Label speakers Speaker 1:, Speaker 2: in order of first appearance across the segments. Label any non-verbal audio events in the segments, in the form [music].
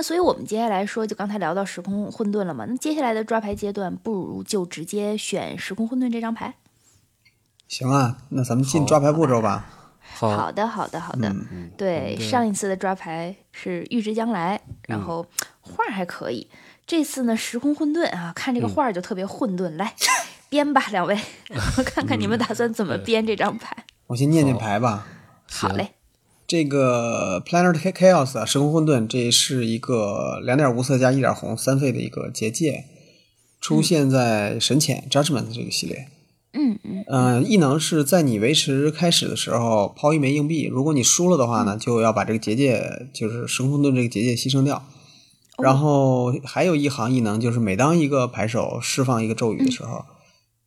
Speaker 1: 那所以我们接下来说，就刚才聊到时空混沌了嘛，那接下来的抓牌阶段，不如就直接选时空混沌这张牌。
Speaker 2: 行啊，那咱们进抓牌步骤吧。
Speaker 1: 好
Speaker 3: 好，
Speaker 1: 的，好的，好的。
Speaker 2: 嗯，
Speaker 1: 对，上一次的嗯抓牌是预知将来，然后画儿还可以。这次呢，时空混沌啊，看这个画儿就特别混沌，来编吧，两位， [laughs] 我看看你们打算怎么编这张牌。
Speaker 2: 我先念念牌吧。
Speaker 1: 好嘞，
Speaker 2: 这个 Planet Chaos 啊，时空混沌，这是一个两点无色加一点红三费的一个结界，出现在神潜 Judgment 这个系列。
Speaker 1: 嗯嗯，
Speaker 2: 嗯，异能是在你维持开始的时候抛一枚硬币，如果你输了的话呢，就要把这个结界，就是时空混沌这个结界牺牲掉。然后还有一行异能，就是每当一个牌手释放一个咒语的时候，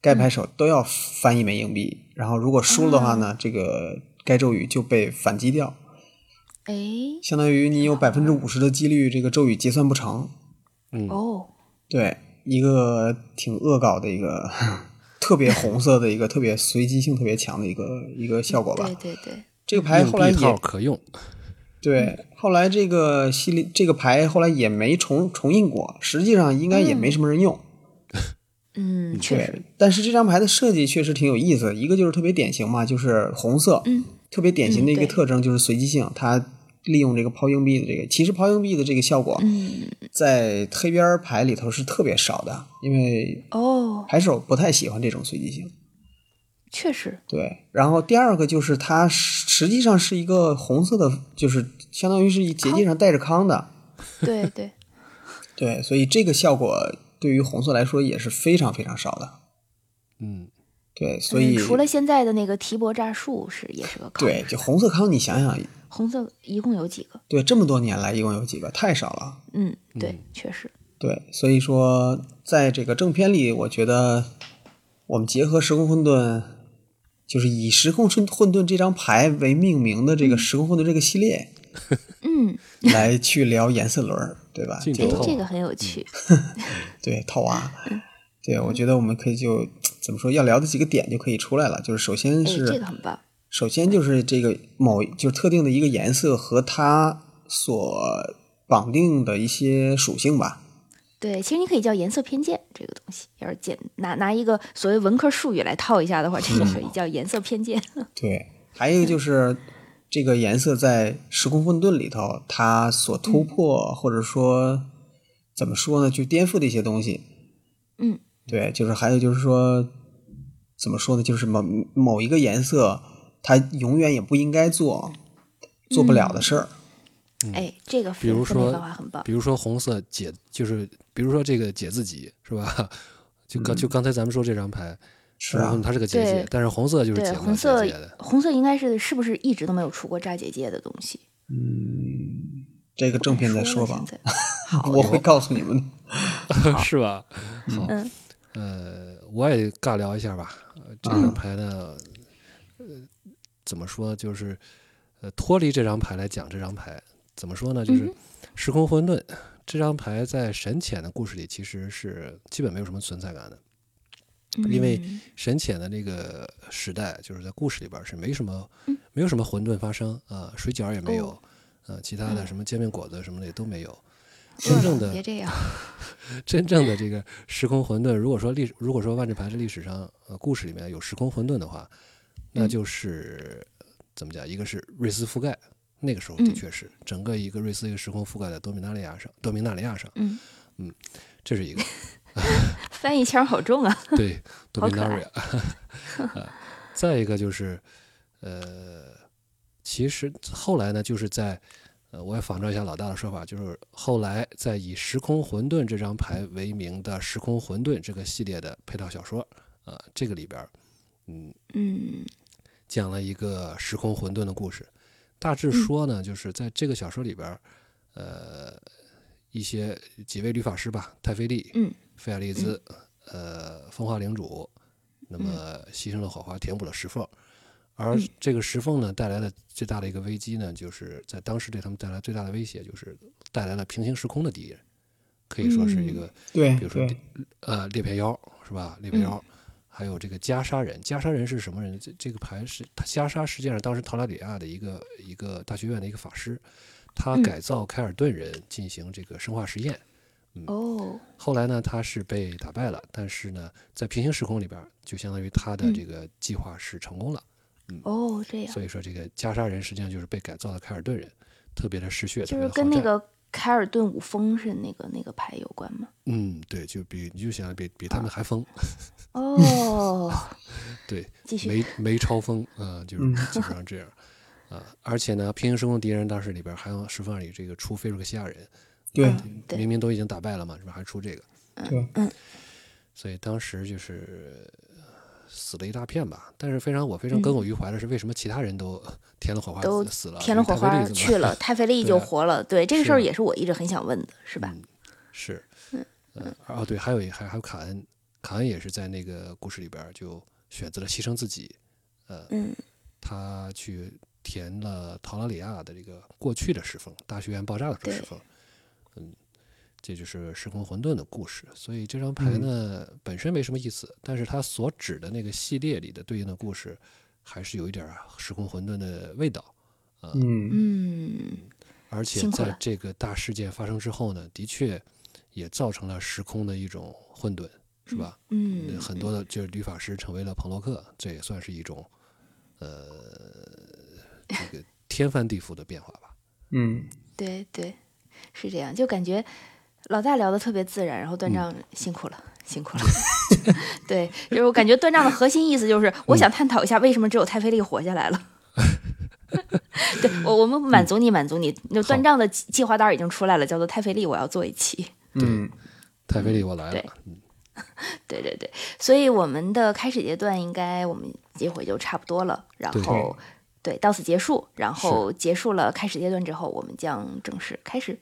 Speaker 2: 该牌手都要翻一枚硬币。然后如果输了的话呢，这个该咒语就被反击掉，
Speaker 1: 哎，
Speaker 2: 相当于你有百分之五十的几率这个咒语结算不成。
Speaker 1: 哦，
Speaker 2: 对，一个挺恶搞的一个特别红色的一个特别随机性特别强的一个一个效果吧
Speaker 1: 对。对对，
Speaker 2: 这个牌哎后来
Speaker 3: 硬币套
Speaker 2: 也
Speaker 3: 可用，
Speaker 1: 嗯
Speaker 2: 对，后来这个系列这个牌后来也没重重印过，实际上应该也没什么人用。
Speaker 1: 嗯，确实，
Speaker 2: 对，但是这张牌的设计确实挺有意思，一个就是特别典型嘛，就是红色，
Speaker 1: 嗯
Speaker 2: 特别典型的一
Speaker 1: 嗯
Speaker 2: 个
Speaker 1: 对
Speaker 2: 特征就是随机性，它利用这个抛硬币的这个，其实抛硬币的这个效果
Speaker 1: 嗯，
Speaker 2: 在黑边儿牌里头是特别少的，因为
Speaker 1: 哦，
Speaker 2: 牌手不太喜欢这种随机性。
Speaker 1: 确实，
Speaker 2: 对，然后第二个就是它实实际上是一个红色的，就是相当于是一结界上带着糠的，
Speaker 1: 对对，
Speaker 2: 对，所以这个效果对于红色来说也是非常非常少的。
Speaker 3: 嗯，
Speaker 2: 对，所以、
Speaker 1: 嗯除了现在的那个提博诈术是也是个坑，
Speaker 2: 对，就红色糠，你想想，
Speaker 1: 红色一共有几个？
Speaker 2: 对，这么多年来一共有几个？太少了。
Speaker 1: 嗯，对，确实，
Speaker 2: 对，所以说在这个正片里，我觉得我们结合时空混沌，就是以时空混混沌这张牌为命名的这个时空混沌这个系
Speaker 1: [laughs]
Speaker 2: 列，
Speaker 1: 嗯，
Speaker 2: 来去聊颜色轮儿，对吧？
Speaker 3: 镜
Speaker 1: 哎
Speaker 3: 头套，
Speaker 1: 这个很有趣，
Speaker 2: 对，套娃。
Speaker 1: 嗯
Speaker 2: 对，我觉得我们可以就怎么说，要聊的几个点就可以出来了。嗯就是首先
Speaker 1: 哎，
Speaker 2: 是、
Speaker 1: 这个很棒，
Speaker 2: 首先就是这个某就是特定的一个颜色和它所绑定的一些属性吧。
Speaker 1: 对，其实你可以叫颜色偏见这个东西，要是简拿拿一个所谓文科术语来套一下的话，这个可
Speaker 2: 嗯
Speaker 1: 以叫颜色偏见。
Speaker 3: 嗯
Speaker 2: 对，还有一个就是这个颜色在时空混沌里头，它所突破、或者说怎么说呢，就颠覆的一些东西。
Speaker 1: 嗯，
Speaker 2: 对，就是还有就是说怎么说呢，就是某某一个颜色，它永远也不应该做做不了的事儿。
Speaker 1: 哎，这个
Speaker 3: 嗯比如
Speaker 1: 分分类
Speaker 3: 说
Speaker 1: 方法很棒。
Speaker 3: 比如说红色解，就是比如说这个解自己是吧？就刚就刚才咱们说这张牌，
Speaker 2: 是啊
Speaker 3: 然后它是个结
Speaker 1: 对
Speaker 3: 界，但是红色就是
Speaker 1: 对，
Speaker 3: 解不
Speaker 1: 红
Speaker 3: 了
Speaker 1: 色
Speaker 3: 结界的，
Speaker 1: 红色应该是是不是一直都没有出过炸结界的东西？
Speaker 2: 这个正片再
Speaker 1: 说
Speaker 2: 说
Speaker 1: 了
Speaker 2: 吧，
Speaker 1: 现在
Speaker 2: 我会告诉你们的。
Speaker 3: [laughs] 是吧？好，
Speaker 1: 嗯
Speaker 3: 呃，我也尬聊一下吧。呃这张牌呢，呃，怎么说？就是呃，脱离这张牌来讲，这张牌怎么说呢？
Speaker 1: 嗯
Speaker 3: 就是《时空混沌》这张牌在神潜的故事里其实是基本没有什么存在感的，
Speaker 1: 嗯
Speaker 3: 因为神潜的那个时代，就是在故事里边儿是没什么、没有什么混沌发生啊，水饺也没有，呃，其他的什么煎饼果子什么的也都没有。
Speaker 1: 嗯
Speaker 3: 真正的
Speaker 1: 别这样，
Speaker 3: 真正的这个时空混沌，如果说历史，如果说万智牌是历史上呃故事里面有时空混沌的话，那就是、怎么讲？一个是瑞斯覆盖，那个时候的确是、整个一个瑞斯一个时空覆盖在多米纳利亚上，多米纳里亚上，
Speaker 1: 嗯
Speaker 3: 嗯这是一个
Speaker 1: 翻译腔好重啊。 [laughs]
Speaker 3: 对多
Speaker 1: 好
Speaker 3: 米
Speaker 1: 可
Speaker 3: 纳
Speaker 1: 爱
Speaker 3: 里亚。呃再一个就是呃，其实后来呢，就是在呃，我也仿照一下老大的说法，就是后来在以《时空混沌》这张牌为名的《时空混沌》这个系列的配套小说，啊、这个里边儿，嗯，
Speaker 1: 嗯
Speaker 3: 讲了一个时空混沌的故事。大
Speaker 1: 嗯
Speaker 3: 致说呢，就是在这个小说里边儿，呃，一些几位律法师吧，泰菲利、
Speaker 1: 嗯
Speaker 3: 菲亚利兹，呃，风化领主，那么牺牲了火花，填补了石缝。而这个石缝呢，带来的最大的一个危机呢，就是在当时对他们带来最大的威胁，就是带来了平行时空的敌人，可以说是一个
Speaker 2: 对
Speaker 3: 比如说
Speaker 2: 对
Speaker 3: 猎呃猎片妖是吧？猎片妖，还有这个袈裟人。袈裟人是什么人？这这个牌是他袈裟，实际上当时陶拉里亚的一个一个大学院的一个法师，他改造凯尔顿人进行这个生化实验。嗯
Speaker 1: 哦，
Speaker 3: 后来呢，他是被打败了，但是呢，在平行时空里边，就相当于他
Speaker 1: 嗯
Speaker 3: 的这个计划是成功了。
Speaker 1: 哦，这样
Speaker 3: 所以说，这个加沙人实际上就是被改造的凯尔顿人，特别的嗜血，特
Speaker 1: 就
Speaker 3: 别
Speaker 1: 是
Speaker 3: 好
Speaker 1: 跟那
Speaker 3: 战。
Speaker 1: 个凯尔顿舞风是那个那个牌有关
Speaker 3: [laughs]
Speaker 1: 吗？
Speaker 3: 嗯，对，就比你就想比比他
Speaker 1: 啊
Speaker 3: 们还疯，
Speaker 1: 哦，
Speaker 3: 对，
Speaker 1: 继续，嗯
Speaker 3: 没没超疯啊、就是
Speaker 2: 嗯
Speaker 3: 基本上这样啊、而且呢，平行时空敌人当时里边还有十方里这个出菲瑞克西亚人，
Speaker 2: 对
Speaker 1: 嗯对嗯
Speaker 3: 明明都已经打败了嘛，是吧？还出这个，
Speaker 2: 对，
Speaker 3: 所以当时就是呃死了一大片吧。但是非常我非常耿耿于怀的是，为什么其他人都呃添了火花
Speaker 1: 嗯都
Speaker 3: 死了，
Speaker 1: 填了火
Speaker 3: 因
Speaker 1: 花
Speaker 3: 为太妃丽怎么
Speaker 1: 去
Speaker 3: [laughs]
Speaker 1: 了，太妃丽就
Speaker 3: 对啊
Speaker 1: 活了。对，这个
Speaker 3: 是
Speaker 1: 事儿
Speaker 3: 啊
Speaker 1: 也是我一直很想问的，是吧？
Speaker 3: 是，嗯，哦对，还有一还还有卡恩，卡恩也是在那个故事里边儿就选择了牺牲自己，呃，
Speaker 1: 嗯
Speaker 3: 他去填了陶拉里亚的这个过去的石缝，大学院爆炸的时候石
Speaker 1: 对
Speaker 3: 缝，嗯，这就是时空混沌的故事。所以这张牌呢、
Speaker 1: 嗯
Speaker 3: 本身没什么意思，但是它所指的那个系列里的对应的故事，还是有一点儿时空混沌的味道。
Speaker 2: 嗯
Speaker 1: 嗯，
Speaker 3: 而且
Speaker 1: 辛苦
Speaker 3: 在
Speaker 1: 了
Speaker 3: 这个大事件发生之后呢，的确也造成了时空的一种混沌，是吧？
Speaker 1: 嗯，
Speaker 3: 很多的就是女法师成为了彭洛克，这也算是一种呃这个天翻地覆的变化吧。
Speaker 2: 嗯，
Speaker 1: 对对，是这样，就感觉老大聊的特别自然，然后
Speaker 3: 嗯
Speaker 1: 段丈辛苦了，辛苦了。 [laughs] 对，就是我感觉段丈的核心意思就是，
Speaker 3: 嗯
Speaker 1: 我想探讨一下为什么只有太妃丽活下
Speaker 3: [laughs]
Speaker 1: 来了。对我，我们满足你，满足你。那段
Speaker 3: 嗯好
Speaker 1: 丈的计计划单儿已经出来了，叫做太妃丽，我要做一期。
Speaker 2: 嗯，
Speaker 3: 太妃丽，我来
Speaker 1: 对
Speaker 3: 了。嗯
Speaker 1: 对对对，所以我们的开始阶段应该我们这回就差不多了，然
Speaker 3: 对嗯
Speaker 1: 后对到此结束，然后结束了开始阶段之后，我们将正式开始